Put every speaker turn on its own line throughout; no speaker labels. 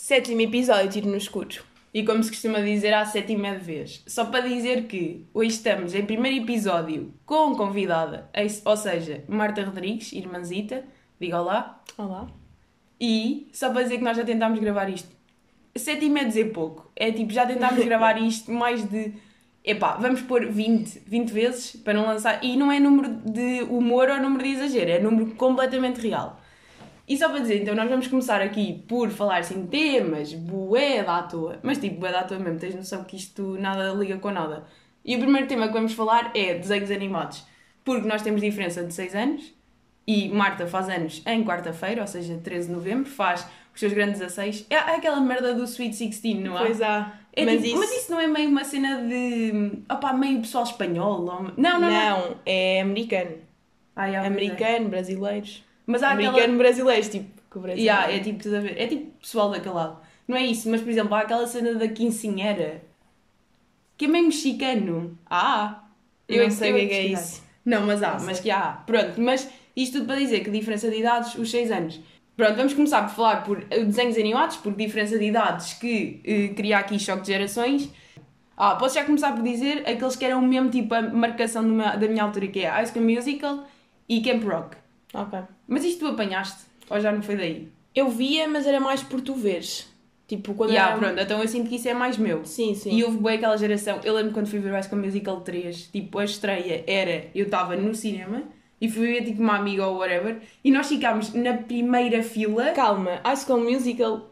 Sétimo episódio, tiro no escuro. E como se costuma dizer, à sétima de vez. Só para dizer que hoje estamos em primeiro episódio com convidada, eis- ou seja, Marta Rodrigues, irmãzita, diga olá.
Olá.
E só para dizer que nós já tentámos gravar isto. Sétimo é dizer pouco. É tipo, já tentámos gravar isto mais de. Epá, vamos pôr 20, 20 vezes para não lançar. E não é número de humor ou número de exagero, é número completamente real. E só para dizer, então nós vamos começar aqui por falar assim temas, bué da à toa. Mas tipo, bué da à toa mesmo, tens noção que isto nada liga com nada. E o primeiro tema que vamos falar é desenhos animados. Porque nós temos diferença de 6 anos e Marta faz anos em quarta-feira, ou seja, 13 de novembro, faz os seus grandes 16. É aquela merda do Sweet 16, não é?
Pois há.
É tipo,
mas
mas,
isso.
isso não é meio uma cena de. opá, meio pessoal espanhol? ou- Não, não,
não,
não.
é americano.
Ah, yeah, pois é.
Americano, brasileiros.
Mas há aquela.
Americano, brasileiros, tipo. Que o Brasil
Yeah, é tipo, tudo a ver. É tipo pessoal daquele lado. Não é isso, mas por exemplo, há aquela cena da quincinheira que é meio mexicano. Ah!
Eu não sei o que é que é
pesquisar.
isso.
Não, mas há,
Não
mas que há. Pronto, mas isto tudo para dizer que diferença de idades, os 6 anos. Pronto, vamos começar por falar por eh, desenhos animados, por diferença de idades que eh, cria aqui choque de gerações. Ah, posso já começar por dizer aqueles que eram mesmo tipo a marcação do meu- da minha altura, que é High School Musical e Camp Rock.
Ok.
Mas isto tu apanhaste? Ou já não foi daí?
Eu via, mas era mais por tu veres. Tipo, quando
Yeah,
era.
pronto, então eu sinto que isso é mais meu.
Sim, sim.
E houve bem aquela geração. Eu lembro quando fui ver High School Musical 3, tipo, a estreia era. Eu estava no cinema e fui ver tipo uma amiga ou whatever e nós ficámos na primeira fila.
Calma, High School Musical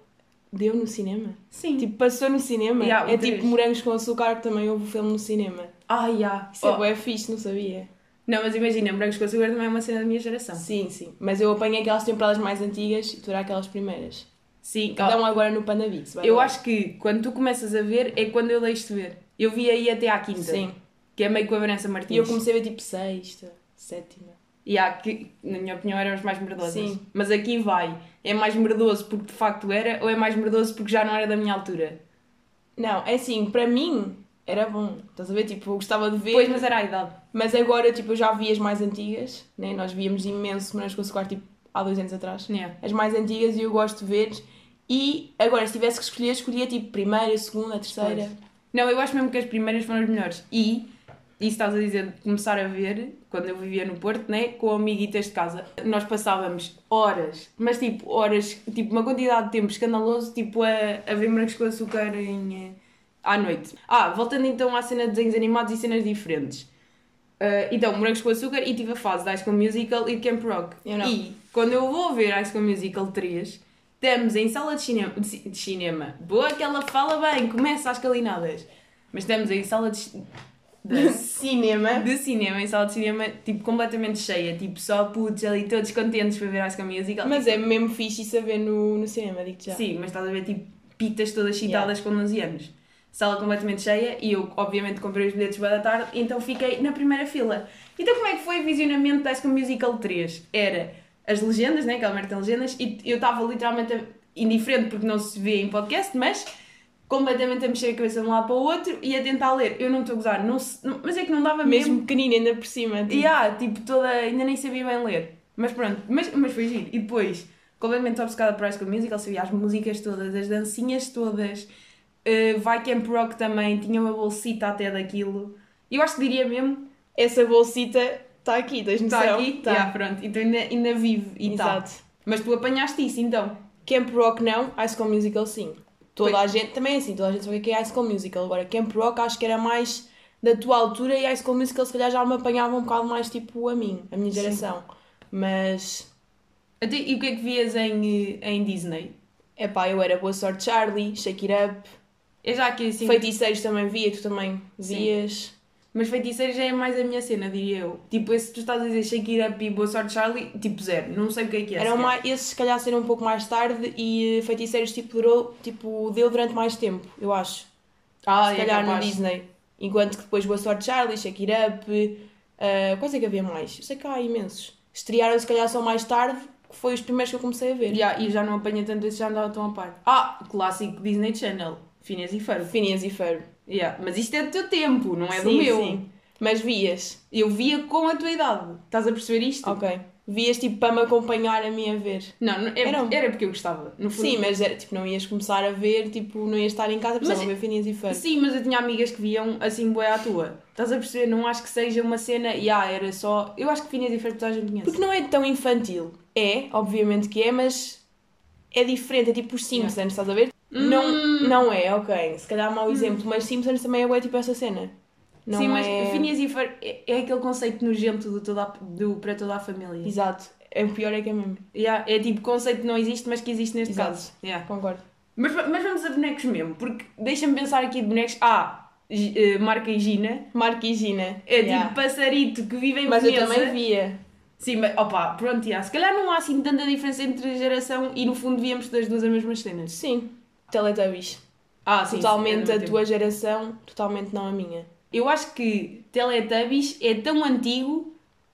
deu no cinema?
Sim. Tipo,
Tipo, passou no cinema?
Yeah, o
é
três.
tipo Morangos com Açúcar, que também houve o filme no cinema.
ah, yeah.
Isso é
Oh,
bué fixe, não sabia?
Não, mas imagina, Brancos com Açúcar também é uma cena da minha geração.
Sim, sim. Mas eu apanhei aquelas temporadas mais antigas e tu era aquelas primeiras.
Sim, oh,
Dão agora no Pandavix.
eu acho que quando tu começas a ver é quando eu deixo-te ver. Eu vi aí até à quinta,
Sim.
que é meio com a Vanessa
E
Martins.
eu comecei a ver tipo sexta, sétima.
E há que, na minha opinião, eram os mais merdosas.
Sim.
Mas aqui vai. É mais merdoso porque de facto era, ou é mais merdoso porque já não era da minha altura?
Não, é assim, para mim era bom. Estás a ver? Tipo, eu gostava de ver.
Pois, mas é- era a idade.
Mas agora, tipo, eu já vi as mais antigas, né? Nós víamos imenso Morangos com Açúcar, tipo, há dois anos atrás.
Yeah.
As mais antigas e eu gosto de ver. E agora, se tivesse que escolher, escolhia tipo primeira, segunda, terceira.
Não, eu acho mesmo que as primeiras foram as melhores. E, isso estás a dizer, de começar a ver, quando eu vivia no Porto, né? Com amiguitas de casa. Nós passávamos horas, mas tipo, horas, tipo, uma quantidade de tempo escandaloso, tipo, a, a ver morangos com açúcar em, eh, à noite. Ah, voltando então à cena de desenhos animados e cenas diferentes. Ah, então, Morangos com Açúcar e tive a fase da High School Musical e de Camp Rock.
Eu não.
E quando eu vou ver High School Musical 3, estamos em sala de cinema. De, ci- de cinema. Boa que ela fala bem, começa às calinadas. Mas estamos em sala de, ci- de,
Cinema.
de cinema, em sala de cinema, tipo, completamente cheia. Tipo, só putos ali, todos contentes para ver High School Musical.
Mas é mesmo fixe isso a ver no, no cinema, digo-te já.
Sim, mas estás a ver tipo pitas todas citadas com 11 anos. Sala completamente cheia e eu, obviamente, comprei os bilhetes para da tarde, então fiquei na primeira fila. Então, como é que foi o visionamento da High School Musical 3? Era as legendas, né? Aquela merda tem legendas, e eu estava literalmente a- indiferente porque não se vê em podcast, mas completamente a mexer a cabeça de um lado para o outro e a tentar ler. Eu não estou a gozar, não se- não- mas é que não dava mesmo.
Mesmo pequenina, ainda por cima. Tipo,
E há, tipo, toda. ainda nem sabia bem ler. Mas pronto, mas, mas foi giro. E depois, completamente obcecada por High School Musical, sabia as músicas todas, as dancinhas todas. Uh, vai Camp Rock também, tinha uma bolsita até daquilo. Eu acho que diria mesmo,
Essa bolsita está aqui, tens noção?
está aqui, está.
Tá.
pronto, então ainda, ainda vive e tá. tal.
Exato.
Mas tu apanhaste isso então.
Camp Rock não, High School Musical sim. Toda
Pois.
a gente, também é assim, toda a gente sabe o que é High School Musical. Agora, Camp Rock acho que era mais da tua altura e High School Musical se calhar já me apanhava um bocado mais tipo a mim, a minha
Sim.
geração. Mas,
Até- e o que é que vias em, eh, em Disney?
epá, eu era Boa Sorte Charlie, Shake It Up,
É já que assim.
Feiticeiros também via, tu também
Sim.
vias.
Mas feiticeiro já é mais a minha cena, diria eu. Tipo, esse que tu estás a dizer Shake It Up e Boa Sorte Charlie, tipo zero. Não sei o que é que é.
Eram
sequer.
mais, esses se calhar saíram um pouco mais tarde e eh, Feiticeiros tipo, durou, tipo, deu durante mais tempo, eu acho.
Ah,
se
é
calhar no
capaz.
Disney. Enquanto que depois Boa Sorte Charlie, Shake It Up, ah, quais é que havia mais? Eu sei que há imensos. Estrearam se calhar só mais tarde, que foi os primeiros que eu comecei a ver.
Ya, e já não apanha tanto esse, já andava tão a par. Ah, clássico Disney Channel, Phineas e Ferb.
Phineas e Ferb.
Ya, Mas isto é do teu tempo, não é do
Sim,
meu.
sim. Mas vias.
Eu via com a tua idade. Estás a perceber isto?
Ok. vias tipo para me acompanhar a mim a ver.
Não, não- era,
Era um-
era porque eu gostava. No fundo.
Sim, mas era, tipo, não ias começar a ver, tipo, não ias estar em casa, precisava ver fininhas e feiras.
Sim, mas eu tinha amigas que viam assim bué à toa. Estás a perceber? Não acho que seja uma cena. E ah, era só. Eu acho que Phineas e Ferb toda a gente conhece.
Porque não é tão infantil. É, obviamente que é, mas é diferente, é tipo os Simpsons, estás a ver? Não,
Hum.
não é, ok. Se calhar mau exemplo, mas Simpsons também é bué, tipo essa cena. Não
Sim,
é...
mas Phineas e Ferb é, é aquele conceito nojento do toda a- do, para toda a família.
Exato. É o pior é que é mesmo.
Yeah, é tipo conceito que não existe, mas que existe neste
Exato.
caso. Yeah.
Concordo.
Mas, mas vamos a bonecos mesmo, porque deixa-me pensar aqui de bonecos. Ah, G- eh, Marca e Gina.
Marco e Gina.
É
yeah.
tipo passarito que vive em
Mas eu
Veneza.
também via.
Sim, mas opa, pronto, yeah. se calhar não há assim tanta diferença entre geração e no fundo víamos das duas as mesmas cenas.
Sim. é Teletubbies.
Ah, sim.
totalmente
sim,
a tua geração, totalmente não a minha.
Eu acho que Teletubbies é tão antigo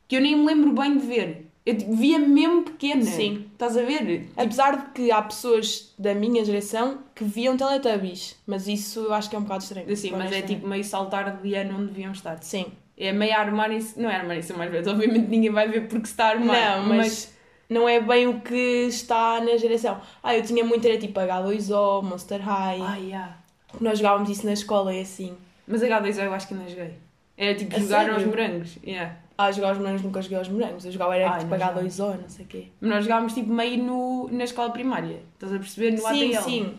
que eu nem me lembro bem de ver. Eu tipo, via mesmo pequena.
Sim.
Estás a ver?
Apesar de que há pessoas da minha geração que viam Teletubbies, mas isso eu acho que é um bocado estranho.
Assim, mas é
honestamente.
tipo meio saltar de ano onde deviam estar.
Sim.
É meio armarem-se. Não é armarem-se mais velhos, obviamente ninguém vai ver porque se está a armar.
não, mas, não é bem o que está na geração. Ah, eu tinha muito, era tipo H2O, Monster High.
Ai, yeah.
Nós jogávamos isso na escola, é assim.
Mas H2O eu acho que ainda joguei. Era tipo
A
jogar
sério?
aos morangos. Yeah.
Ah, jogar os morangos, nunca joguei aos morangos. Eu jogava era
Ai,
tipo
nós
H2O, não sei o quê.
Nós jogávamos tipo meio no, na escola primária. Estás a perceber? No
Sim,
ATL.
sim,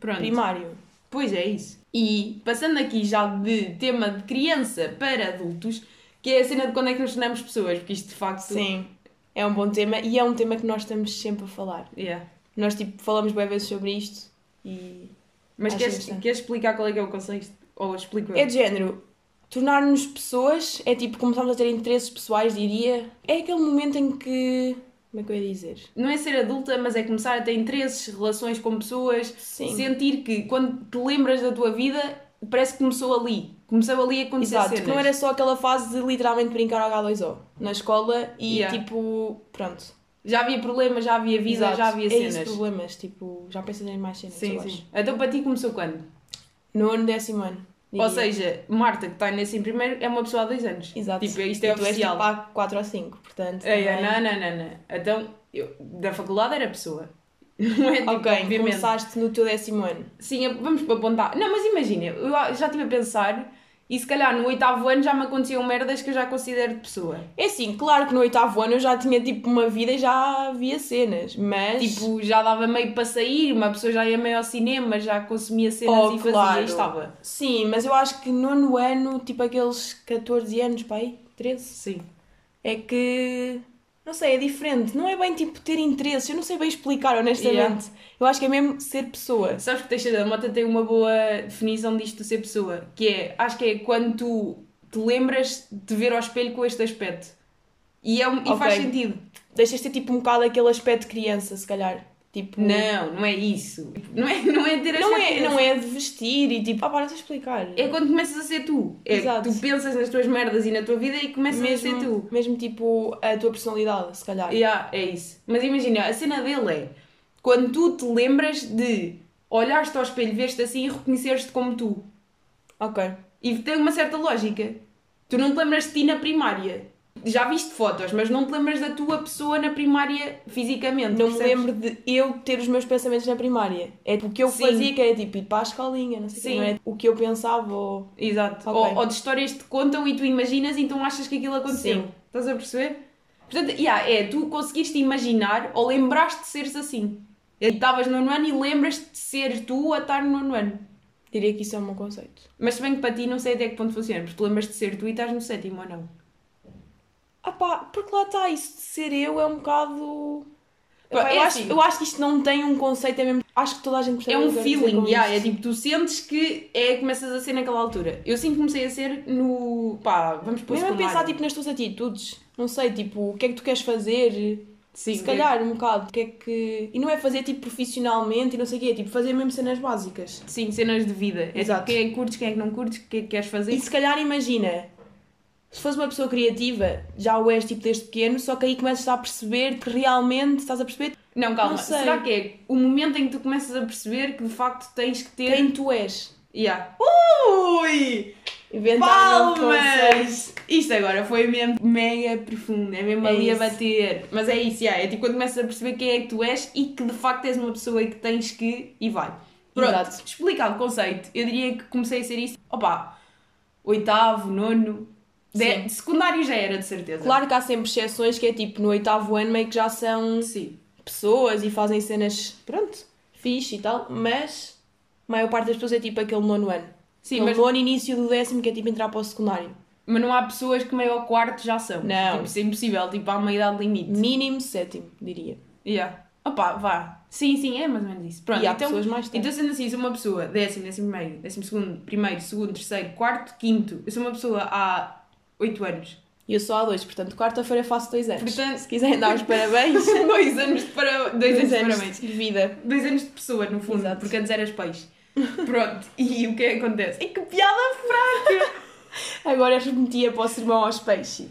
Pronto.
primário.
Pois é isso. E passando aqui já de tema de criança para adultos, que é a cena de quando é que nos tornamos pessoas, porque isto de facto.
Sim. É um bom tema e é um tema que nós estamos sempre a falar.
Yeah.
Nós tipo falamos bem vezes sobre isto e
Mas
Acho
queres,
interessante.
queres explicar qual é que é o conceito? Ou explico eu?
É de género. Tornar-nos pessoas é tipo começarmos a ter interesses pessoais, diria. É aquele momento em que. Como é que eu ia dizer?
Não é ser adulta, mas é começar a ter interesses, relações com pessoas,
Sim.
sentir que quando te lembras da tua vida, parece que começou ali. Começou ali a acontecer
Exato,
é cenas.
que não era só aquela fase de literalmente brincar ao H2O na escola e
Yeah.
tipo. Pronto.
Já havia problemas, já havia vida,
Exato.
já havia
É
cenas.
isso, problemas. Tipo, já pensas em mais cenas,
sim,
eu
sim.
acho.
Então para ti começou quando?
No ano décimo ano.
Ou
diria.
seja, Marta, que está nesse em primeiro, é uma pessoa há dois anos.
Exato.
Tipo, isto é
e tu és
oficial.
tipo há 4 ou 5, portanto.
É, é,
também-
não, não, não, não. Então, eu, da faculdade era pessoa. Não é tipo,
Ok,
obviamente.
começaste no teu décimo ano.
Sim, eu- vamos para apontar. Não, mas imagina, eu já estive a pensar e se calhar no oitavo ano já me aconteciam merdas que eu já considero de pessoa.
É assim, claro que no oitavo ano eu já tinha tipo uma vida e já havia cenas, mas.
Tipo, já dava meio para sair, uma pessoa já ia meio ao cinema, já consumia cenas
Oh,
e fazia
claro.
e estava.
Sim, mas eu acho que nono ano, tipo aqueles 14 anos, pai, 13,
Sim.
é que. Não sei, é diferente. Não é bem tipo ter interesses. Eu não sei bem explicar, honestamente.
Yeah.
Eu acho que é mesmo ser pessoa.
Sabes que Teixeira da Mota tem uma boa definição disto de ser pessoa, que é, acho que é quando tu te lembras de ver ao espelho com este aspecto. E, é, um- e
Ok.
faz sentido.
Deixas ter tipo um bocado aquele aspecto de criança, se calhar. Tipo.
Não, não é isso. Não é, não é ter
Não
esta
é,
crença.
não é de vestir e tipo. Ah, para, não sei explicar.
É quando começas a ser tu. É
Exato.
que tu pensas nas tuas merdas e na tua vida e começas a ser tu.
mesmo, mesmo tipo a tua personalidade, se calhar.
Yeah, é isso. Mas imagina, a cena dele é quando tu te lembras de olhares-te ao espelho, vês-te assim e reconheceres-te como tu.
Ok.
E tem uma certa lógica. Tu não te lembras de ti na primária. Já viste fotos, mas não te lembras da tua pessoa na primária fisicamente.
Não me
percebes?
lembro de eu ter os meus pensamentos na primária. É o que eu
Sim.
fazia, que era tipo ir para a escolinha, não sei o quê,
Sim.
não é o que eu pensava ou.
Exato.
Ok.
Ou, ou de histórias que te contam e tu imaginas, então achas que aquilo aconteceu.
Sim.
Estás a perceber? Portanto, yeah, é, tu conseguiste imaginar ou lembraste de seres assim. É, Estavas no nono ano e lembras-te de ser tu a estar no nono ano.
Diria que isso é um bom conceito.
Mas se bem que para ti não sei até que ponto funciona, porque tu lembras de ser tu e estás no sétimo ou não.
Ah pá, porque lá está, isso de ser eu é um bocado.
Pá,
Epá,
é
eu, acho,
assim.
eu acho que isto não tem um conceito, é mesmo. Acho que toda a gente percebe
É
o
um
que eu quero dizer
feeling,
com
yeah, é
isto.
tipo, tu sentes que é, começas a ser naquela altura. Eu sim comecei a ser no. pá, vamos pôr
Mesmo a
secundário.
pensar tipo, nas tuas atitudes, não sei, tipo, o que é que tu queres fazer,
Sim,
se calhar um bocado, o que é que. E não é fazer tipo profissionalmente e não sei o quê, é tipo fazer mesmo cenas básicas.
Sim, cenas de vida.
Exato.
É Exato. Quem é que curtes, quem é que não curtes, o que é que queres fazer.
E se calhar imagina, se fosse uma pessoa criativa, já o és tipo desde pequeno, só que aí começas a perceber que realmente estás a perceber
Não, calma.
Não sei.
Será que é o momento em que tu começas a perceber que de facto tens que ter.
quem tu és.
Yeah. Ui!
Inventaram conceito.
Palmas! Isto agora foi mesmo mega profundo, é mesmo
É
ali
isso.
a bater. Mas é isso, yeah, é tipo quando começas a perceber quem é que tu és e que de facto és uma pessoa e que tens que e vai. Pronto,
Exato.
explicado o conceito. Eu diria que comecei a ser isso, opa, oitavo, nono, de,
Sim.
secundário já era de certeza.
Claro que há sempre exceções que é tipo no oitavo ano meio que já são
Sim.
pessoas e fazem cenas, pronto, fixe e tal, mas a maior parte das pessoas é tipo aquele nono ano.
Sim,
aquele
mas-
nono início do décimo que é tipo entrar para o secundário.
Mas não há pessoas que meio ao quarto já são.
Não.
Tipo, isso é impossível, tipo, há uma idade limite.
Mínimo sétimo, diria.
Yeah. Opa, vá. Sim, sim, é mais ou menos isso. Pronto,
E há
então,
pessoas mais tarde.
então sendo assim, sou uma pessoa décimo, décimo primeiro, décimo segundo, primeiro, segundo, terceiro, quarto, quinto. Eu sou uma pessoa há oito anos.
E eu só há dois, portanto, quarta-feira faço dois anos.
Portanto-
se quiserem dar os parabéns,
dois anos de para... dois, anos de parabéns.
de vida.
Dois anos de pessoa, no fundo,
Exato.
porque antes eras peixe. Pronto, e o que é que acontece? É que piada fraca!
Agora eu metia para o sermão aos peixes.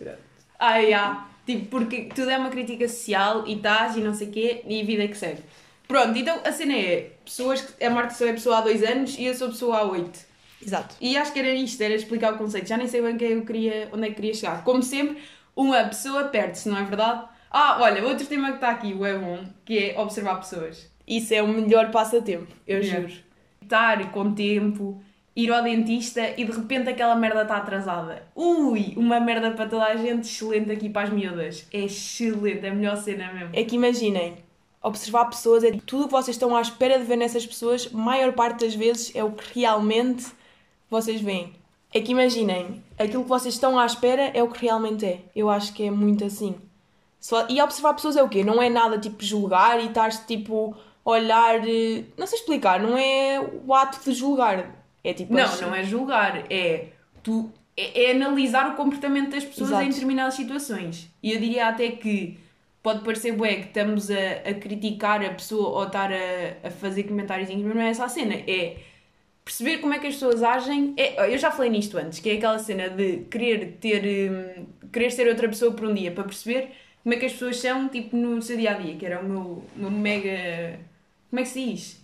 Ai, ah, tipo, porque tudo é uma crítica social e estás e não sei o quê, e vida que segue. Pronto, então a cena é: pessoas que a Marta só é pessoa há dois anos e eu sou pessoa há oito.
Exato.
E acho que era isto, era explicar o conceito. Já nem sei bem que eu queria, onde é que queria chegar. Como sempre, uma pessoa perde-se, não é verdade? Ah, olha, outro tema que está aqui, o é bom, que é observar pessoas.
Isso é o melhor passatempo, eu
Yeah.
juro.
Estar com tempo, ir ao dentista e de repente aquela merda está atrasada. Ui, uma merda para toda a gente, excelente aqui para as miúdas. É excelente, é a melhor cena mesmo.
É que imaginem, observar pessoas é tudo o que vocês estão à espera de ver nessas pessoas, maior parte das vezes é o que realmente vocês veem. É que imaginem, aquilo que vocês estão à espera é o que realmente é. Eu acho que é muito assim. Só- E observar pessoas é o quê? Não é nada tipo julgar e estar tipo a olhar. eh, Não sei explicar, não é o ato de julgar. É tipo.
Não, não é julgar, é tu é, é analisar o comportamento das pessoas
Exato.
em determinadas situações. E eu diria até que pode parecer bué que estamos a, a criticar a pessoa ou estar a, a fazer comentários, mas não é essa a cena, é perceber como é que as pessoas agem. É, eu já falei nisto antes, que é aquela cena de querer ter hum, querer ser outra pessoa por um dia para perceber como é que as pessoas são tipo no seu dia a dia, que era o meu, o meu mega como é que se diz?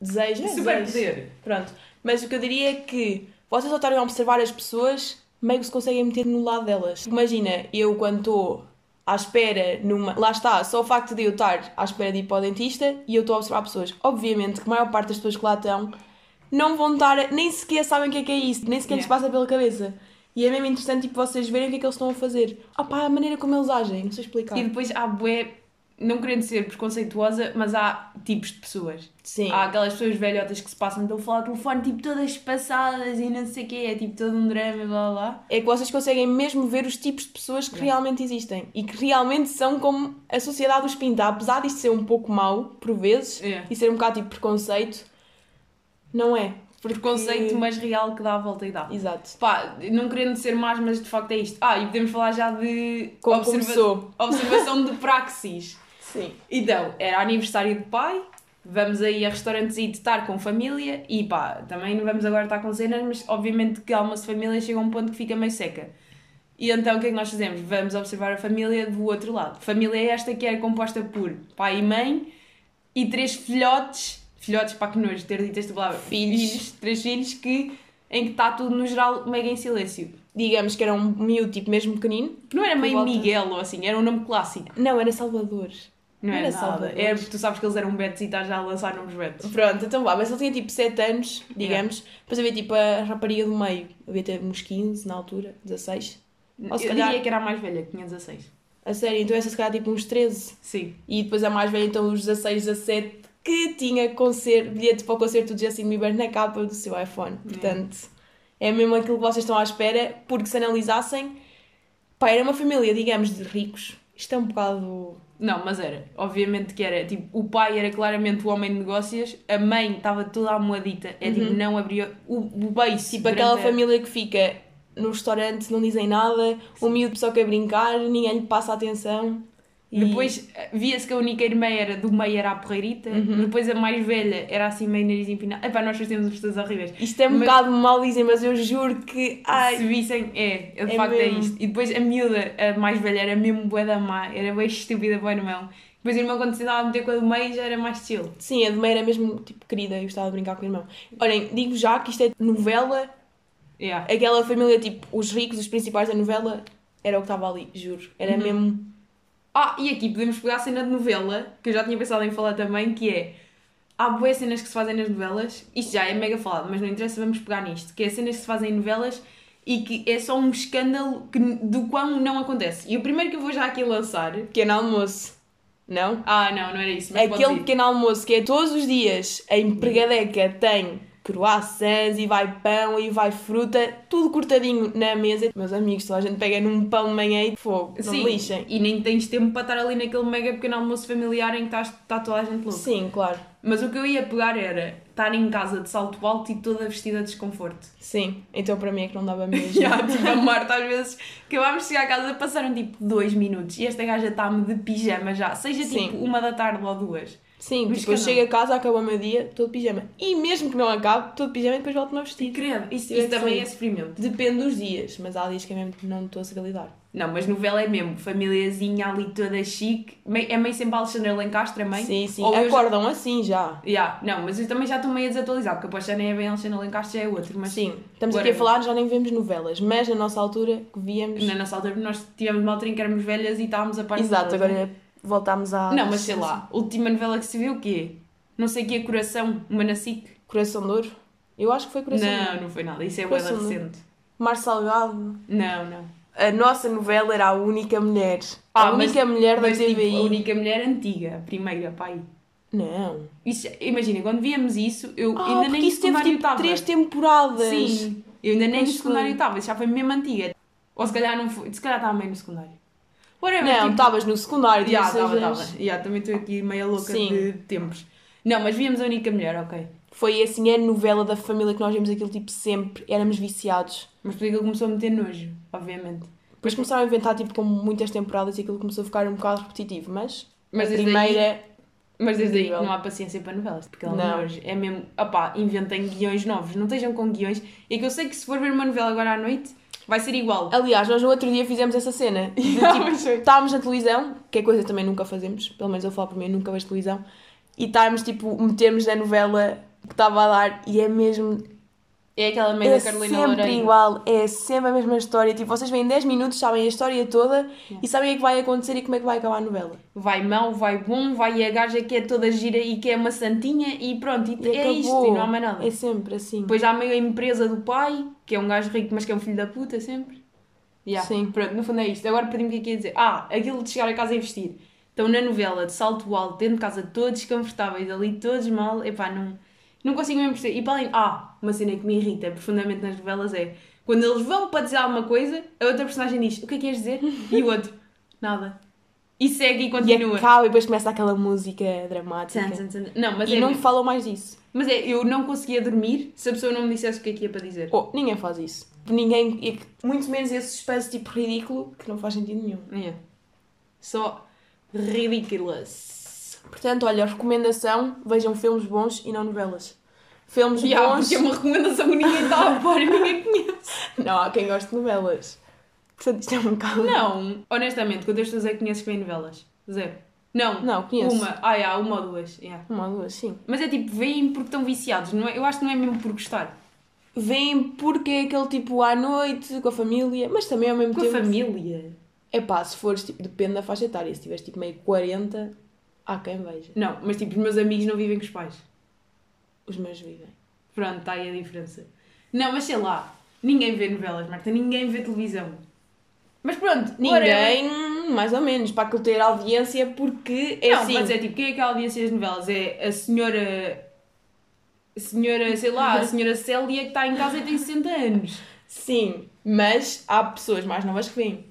Desejo, não é
Superpoder.
desejo. Pronto. Mas o que eu diria é que vocês ao estarem a observar as pessoas, meio que se conseguem meter no lado delas. Imagina, eu quando estou à espera numa. Lá está, só o facto de eu estar à espera de ir para o dentista e eu estou a observar pessoas. Obviamente que a maior parte das pessoas que lá estão não vão estar. nem sequer sabem o que é que é isso, nem sequer lhes
Yeah.
passa pela cabeça. E é mesmo interessante tipo, vocês verem o que é que eles estão a fazer. Ah pá, a maneira como eles agem, não sei explicar.
E depois há bué, não querendo ser preconceituosa, mas há tipos de pessoas.
Sim.
Há aquelas pessoas velhotas que se passam pelo falar ao telefone, tipo todas passadas e não sei o quê, é tipo todo um drama e blá blá blá.
é que vocês conseguem mesmo ver os tipos de pessoas que realmente existem e que realmente são como a sociedade os pinta. Apesar disto ser um pouco mau, por vezes,
É.
e ser um bocado tipo preconceito, não é. Porque...
Preconceito mais real que dá a volta e dá.
Exato.
Pá, não querendo ser mais, mas de facto é isto. Ah, e podemos falar já de
Como começou.
observação de praxis.
Sim.
Então, era aniversário do pai, vamos aí a restaurantes e estar com família e pá, também não vamos agora estar com cenas, mas obviamente que almoço de família chega a um ponto que fica meio seca. E então o que é que nós fazemos? Vamos observar a família do outro lado. Família é esta que era composta por pai e mãe e três filhotes, filhotes para que nojo ter dito esta palavra,
Filhos.
três filhos que, em que está tudo no geral meio em silêncio.
Digamos que era um miúdo tipo mesmo pequenino.
Não era
Por
meio
volta.
Miguel ou assim, era um nome clássico.
Não, era Salvador.
Não
Não
era,
era
nada.
Salvador.
Era, tu sabes que eles eram betos e estás já a lançar nomes betos.
Pronto, então vá, mas ele tinha tipo 7 anos, digamos. Depois havia tipo a rapariga do meio. Havia até uns 15 na altura, 16. Ou se
eu
calhar-
diria que era a mais velha, que tinha 16.
A sério, então essa se calhar tipo uns 13.
Sim.
E depois a mais velha, então, os 16, 17, que tinha concerto, bilhete para o concerto do Justin Bieber na capa do seu iPhone. Portanto, é mesmo aquilo que vocês estão à espera, porque se analisassem, pá, era uma família, digamos, de ricos. Isto é um bocado.
Não, mas era. Obviamente que era. Tipo, o pai era claramente o homem de negócios, a mãe estava toda amoadita. É tipo, não abriu o, o beijo.
Tipo
durante
aquela
a-
família que fica no restaurante, não dizem nada, o miúdo só quer brincar, ninguém lhe passa atenção. E-
Depois eh, via-se que a única irmã era do meio era a porreirita, depois a mais velha era assim meio nariz empinado. Epá, nós fazemos as pessoas horríveis.
Isto é um
Mas-
bocado mal dizer, mas eu juro que. Ai,
Se vissem, é, de
É
facto é
mesmo.
isto. E depois a miúda, a mais velha, era mesmo bué da má, era bem estúpida, bué no mão. Depois o irmão, quando se andava a meter com a do meio, já era mais chill.
Sim, a de meia era mesmo tipo querida, eu estava a brincar com o irmão. Olhem, digo já que isto é novela,
Yeah.
aquela família tipo, os ricos, os principais da novela, era o que estava ali, juro. Era
Uhum.
mesmo.
Ah, e aqui podemos pegar a cena de novela, que eu já tinha pensado em falar também, que é. Há boas cenas que se fazem nas novelas, isto já é mega falado, mas não interessa, vamos pegar nisto, que é cenas que se fazem em novelas e que é só um escândalo que, do quão não acontece. E o primeiro que eu vou já aqui lançar.
Pequeno almoço. Não?
Ah, não, não era isso, mas pode
Aquele
ir.
pequeno almoço que é todos os dias em pregadeca tem croissants e vai pão e vai fruta, tudo cortadinho na mesa. Meus amigos, toda a gente pega num pão de manhã e fogo, é não me lixem.
E nem tens tempo para estar ali naquele mega pequeno almoço familiar em que estás, está toda a gente louca.
Sim, claro.
Mas o que eu ia pegar era estar em casa de salto alto e toda vestida de desconforto.
Sim. Então para mim é que não dava mesmo.
Já, tipo, a Marta às vezes acabámos de chegar a casa, passaram tipo dois minutos e esta gaja está-me de pijama já, seja
Sim.
tipo uma da tarde ou duas.
Sim,
Mas
tipo, eu
que não.
chego a casa, acabou o meu dia, todo de pijama. E mesmo que não acabe, todo de pijama e depois volto-me a vestir.
Credo, isso,
Tive
isso também
que
é sofrimento.
Depende dos dias, mas há dias que é mesmo que não estou a saber lidar.
Não, mas novela é mesmo, familiazinha ali toda chique. Mei- É meio sempre Alexandre Lencastre, é mãe?
Sim, sim.
Ou eu já-
Acordam assim já.
Ya, não, mas eu também já estou meio a desatualizar, porque aposto já nem é bem Alexandre Lencastre, já é outro. Mas
Sim, estamos
Whatever.
aqui a falar, já nem vemos novelas, mas na nossa altura que víamos.
na nossa altura nós tínhamos uma altura em que éramos velhas e estávamos a par de
Exato,
todas, né?
agora é- voltámos à.
Não, mas sei lá, última novela que se viu o quê? Não sei o que é Coração, uma na SIC.
Coração de Ouro? Eu acho que foi Coração de Ouro.
Não, não foi nada, isso é boa
Coração de Ouro.
recente.
Mar Salgado.
Não, não.
A nossa novela era a única mulher.
Ah,
a
mas-
única mulher da
Mas tipo,
TVI.
a única mulher antiga, a primeira, pai.
Não.
Isso, imagina, quando víamos isso, eu
Ah,
ainda
porque
nem no
isso teve
secundário
tipo
estava.
três temporadas.
Sim, eu ainda nem no
Pois foi.
secundário estava, isso já foi mesmo antiga. Ou se calhar não foi, se calhar estava meio no secundário. Whatever,
Não,
tipo,
estavas no secundário,
Já,
tinha
estava,
seis
estava.
anos.
Já, também estou aqui meia louca
Sim.
de tempos. Não, mas víamos a única mulher, ok.
Foi assim a novela da família que nós vimos aquilo tipo sempre. Éramos viciados.
Mas depois ele começou a meter nojo, obviamente.
Depois começaram a inventar tipo como muitas temporadas e aquilo começou a ficar um bocado repetitivo, mas.
Mas
a
desde
primeira.
Mas desde aí
Incrível.
não há paciência para novelas, porque ela
Não.
nojo. É mesmo, opá, inventem guiões novos, não estejam com guiões. E é que eu sei que se for ver uma novela agora à noite, vai ser igual.
Aliás, nós no outro dia fizemos essa cena. De,
Pois
tipo,
foi.
estávamos na televisão, que é coisa que também nunca fazemos, pelo menos eu falo por mim, eu nunca vejo televisão, e estávamos tipo, metermos na novela que estava a dar e é mesmo.
É aquela meia
É
da Carolina
sempre
Loureiro.
igual, é sempre a mesma história. Tipo, vocês vêm 10 minutos, sabem a história toda e sabem o que é que vai acontecer e como é que vai acabar a novela.
Vai mal, vai bom, vai a gaja que é toda gira e que é uma santinha e pronto, e,
E
é
acabou.
isto, e não há mais nada.
É sempre assim.
Depois há meio a empresa do pai, que é um gajo rico, mas que é um filho da puta sempre. Yeah.
Sim.
Pronto, no fundo é isto. Agora perdi-me o que é que ia dizer. Ah, aquilo de chegar a casa e vestir. Estão na novela, de salto alto, dentro de casa, todos desconfortáveis, ali todos mal. Epá, não, não consigo mesmo perceber. E para além, ah, uma cena que me irrita profundamente nas novelas é quando eles vão para dizer alguma coisa, a outra personagem diz: O que é que queres dizer? E o outro: Nada. E segue
E
e
é
continua.
acaba e depois começa aquela música dramática.
Tan, tan, tan. Não, mas
E
é,
não falam mais disso.
mas é, eu não conseguia dormir se a pessoa não me dissesse o que é que ia para dizer.
Oh, ninguém faz isso. Ninguém. e- Muito menos esse suspense tipo ridículo que não faz sentido nenhum.
É. Só ridiculous.
Portanto, olha, recomendação: vejam filmes bons e não novelas. Filmes
Yeah,
bons.
porque é uma recomendação que ninguém está a par e ninguém conhece.
Não, há quem goste de novelas. Portanto, isto é um bocado.
Não, honestamente, quantas pessoas é que conheces que vêem novelas? Zero. Não,
Não, conheço.
uma. Ah, yeah, uma ou duas. yeah.
Uma ou duas, sim.
Mas é tipo, veem porque estão viciados. Não é, eu acho que não é mesmo por gostar.
Vêm porque é aquele tipo à noite, com a família, mas também ao mesmo
Com a
tempo.
família.
É pá, se fores tipo, depende da faixa etária. Se tiveres tipo meio 40, há quem veja.
Não, mas tipo, os meus amigos não vivem com os pais.
Os meus vivem.
Pronto, está aí a diferença. Não, mas sei lá. Ninguém vê novelas, Marta. Ninguém vê televisão. Mas pronto, whatever.
Ninguém, mais ou menos, para aquilo ter audiência, porque é
não,
assim.
mas é tipo, quem é que há audiência das novelas? É a senhora. A senhora, sei lá, a senhora Célia que está em casa e tem 60 anos.
Sim, mas há pessoas mais novas que vêm.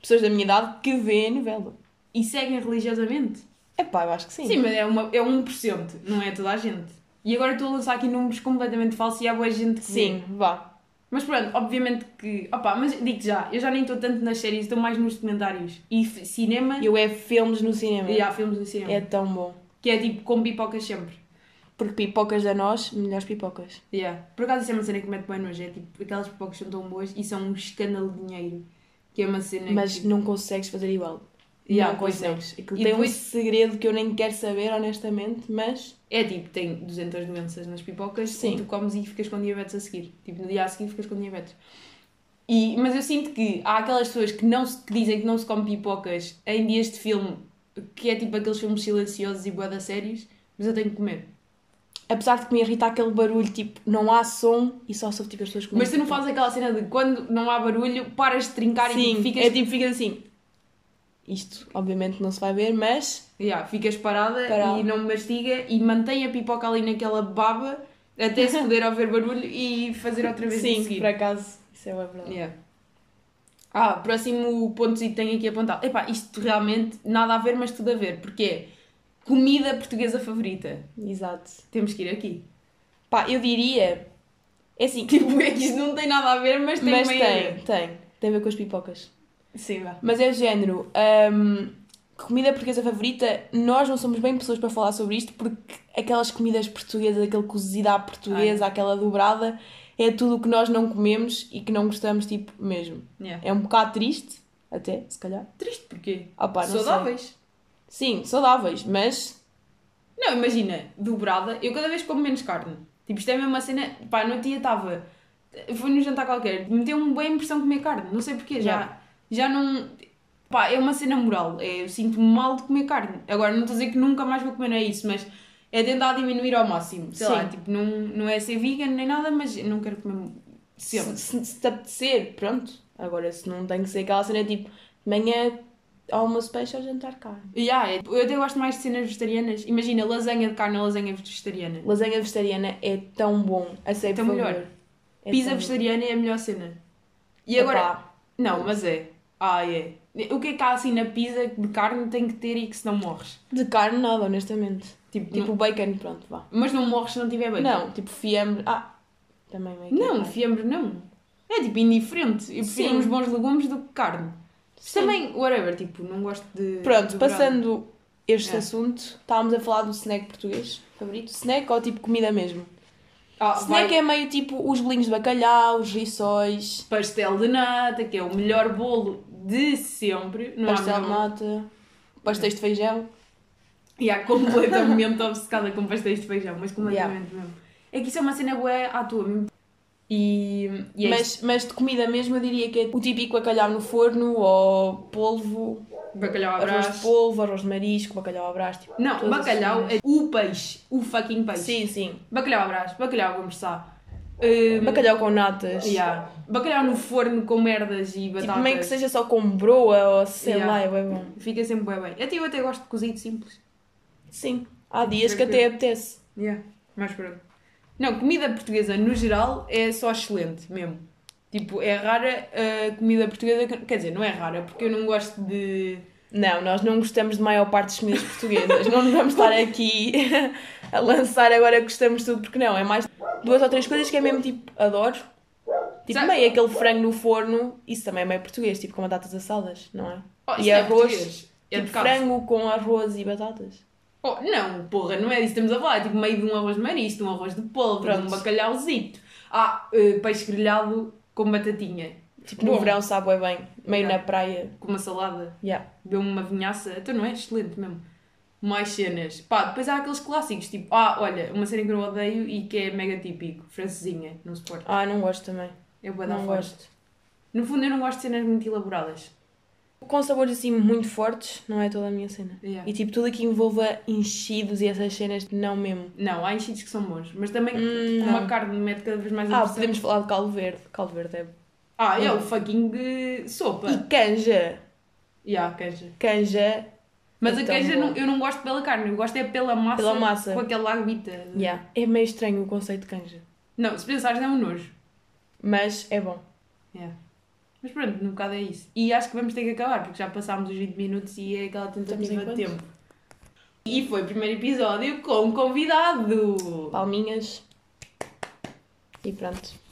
Pessoas da minha idade que vêem a novela.
E seguem religiosamente.
É pá, eu acho que sim.
Sim, mas é, uma, é 1%, não é toda a gente. E agora estou a lançar aqui números completamente falsos e há boa gente que. vê.
Sim, vá.
Mas pronto, obviamente que. Opá, mas digo já, eu já nem estou tanto nas séries, estou mais nos documentários. E f- cinema.
Eu é filmes no cinema.
E há filmes no cinema.
É tão bom.
Que é tipo com pipocas sempre.
Porque pipocas da nós, melhores pipocas.
Yeah. Por acaso isso é uma cena que mete bem nojo, é tipo, aquelas pipocas são tão boas e são um escândalo de dinheiro. Que é uma cena
Mas
que...
não consegues fazer igual.
Yeah,
não
pois é.
consegues. Aquilo
E
tem
depois-
um segredo que eu nem quero saber, honestamente, mas
É tipo, tem 200 doenças nas pipocas,
Sim.
e tu comes e ficas com diabetes a seguir. Tipo, no dia a seguir ficas com diabetes. E, mas eu sinto que há aquelas pessoas que, não se- que dizem que não se come pipocas em dias de filme, que é tipo aqueles filmes silenciosos e boeda sérios, mas eu tenho que comer.
apesar de que me irrita aquele barulho, tipo, não há som e só soube tipo as pessoas com
Mas tu não fazes aquela cena de quando não há barulho, paras de trincar e
Sim,
tipo, ficas,
é tipo, ficas assim. Isto, obviamente, não se vai ver, mas
Yeah, ficas parada,
Parada.
e não mastiga e mantém a pipoca ali naquela baba até se poder ouvir barulho e fazer outra vez a
sim,
seguir.
por acaso, isso é uma verdade.
Yeah. Ah, próximo ponto que tenho aqui apontado. Epá, isto realmente nada a ver, mas tudo a ver, porque é comida portuguesa favorita.
Exato.
Temos que ir aqui.
Pá, eu diria. É assim,
Tipo, é que isto não tem nada a ver, mas tem
mas
meio a ver.
tem, tem. Tem a ver com as pipocas.
Sim, vá.
Mas é o género. hum, comida portuguesa favorita, nós não somos bem pessoas para falar sobre isto, porque aquelas comidas portuguesas, aquele cozido à portuguesa,
Ah,
aquela dobrada, é tudo o que nós não comemos e que não gostamos, tipo, mesmo.
Yeah.
É um bocado triste, até, se calhar.
Triste porquê?
Ah pá, não sei.
Saudáveis.
Sim, saudáveis, mas
Não, imagina, dobrada, eu cada vez como menos carne. Tipo, isto é mesmo uma cena. Pá, no outro dia estava. Foi num jantar qualquer, me deu uma boa impressão comer carne, não sei porquê, já, já não. Pá, é uma cena moral, é, eu sinto-me mal de comer carne. Agora, não estou a dizer que nunca mais vou comer, não é isso, mas é tentar diminuir ao máximo. Sei lá,
Sim.
tipo, não, não é ser vegan nem nada, mas eu não quero comer sempre.
se, se, se te apetecer, pronto. Agora, se não tem que ser aquela cena tipo, de manhã almoço peixe ou jantar carne.
Yeah, é- eu até gosto mais de cenas vegetarianas. Imagina, lasanha de carne, lasanha vegetariana.
Lasanha vegetariana é tão bom, a sério,
Tão
por favor.
Então melhor.
É
Pizza
tão-
vegetariana é a melhor cena. E
Epá,
agora, Não, mas é. Ah, é. O que é que há assim na pizza que de carne tem que ter e que se não morres?
De carne nada, honestamente.
Tipo,
Tipo bacon, pronto, vá.
não- mas não morres se não tiver bacon.
Não, tipo fiambre. Ah, também meio que é
Não,
carne.
fiambre não. É tipo indiferente. Eu prefiro
Sim.
uns bons legumes do que carne. Mas
Sim.
Também, whatever, tipo, não gosto de.
Pronto,
de
passando este
É.
assunto, estávamos a falar do snack português favorito. Snack ou tipo comida mesmo?
brownie. Ah,
Snack
vai,
é meio tipo os bolinhos de bacalhau, os rissóis,
Pastel de nata, que é o melhor bolo de sempre. Não há
pastel de
melhor...
nata, pastéis de feijão.
E há completamente obcecada com pastéis de feijão, mas completamente mesmo. É que isso é uma cena boa à tua. E, e é
mas,
isto.
mas de comida mesmo eu diria que é o típico bacalhau no forno ou polvo,
Bacalhau à
arroz de
brás.
polvo, arroz de marisco, bacalhau à brás, tipo,
Não,
todas as
bacalhau
comidas.
é o peixe, o fucking peixe.
Sim, sim.
Bacalhau à brás, bacalhau a conversar.
Bacalhau com natas.
yeah. Bacalhau no forno com merdas e batatas.
Tipo, meio que seja só com broa ou sei
Yeah.
lá, é bem bom.
Fica sempre bem bem. Até eu até gosto de cozido simples.
Sim, há dias que até apetece.
Yeah. Mas pronto. Não, comida portuguesa no geral é só excelente mesmo. Tipo, é rara a comida portuguesa. que- Quer dizer, não é rara, porque eu não gosto de.
Não, nós não gostamos de maior parte das comidas portuguesas. não nos vamos estar aqui a lançar agora que gostamos de tudo, porque não. É mais duas ou três coisas que é mesmo tipo, adoro. Tipo,
Sabe-
meio aquele frango no forno, isso também é meio português, tipo com batatas assadas, não é?
Oh, isso
e
não é
arroz.
português, É
tipo,
de Cabo.
frango com arroz e batatas.
Oh, não, porra, não é disso que estamos a falar. É tipo meio de um arroz de marisco, de um arroz de polvo, de um
Pronto.
bacalhauzito. Ah, eh, peixe grelhado com batatinha.
Tipo, no
Bom.
verão sabe bué bem, meio
Yeah.
na praia.
Com uma salada.
Yeah.
Deu uma vinhaça. Então não é excelente mesmo. Mais cenas. Pá, depois há aqueles clássicos. Tipo, ah, olha, uma cena que eu odeio e que é mega típico. Francesinha, no Sport.
Ah, não gosto também.
Eu vou dar
Não
fome.
gosto.
No fundo eu não gosto de cenas muito elaboradas.
Com sabores assim muito fortes, não é toda a minha cena.
Yeah.
E tipo, tudo que envolva enchidos e essas cenas, não mesmo.
Não, há enchidos que são bons. Mas também
Hum,
com uma
não.
carne mete cada vez mais
Ah,
impressão.
podemos falar de caldo verde. Caldo verde é.
Ah, é o fucking eh, sopa.
E canja.
E yeah, queijo.
Canja.
Mas
É
a
tão
queijo eu não-
bom.
eu não gosto pela carne, eu gosto é pela massa,
Pela massa.
com aquela aguita.
Yeah. É meio estranho o conceito de canja.
Não, se pensares é um nojo.
Mas é bom.
Yeah. Mas pronto, no bocado é isso. E acho que vamos ter que acabar, porque já passámos os 20 minutos e é aquela tentativa de
Estamos em
tempo. E foi o primeiro episódio com um convidado.
Palminhas. E pronto.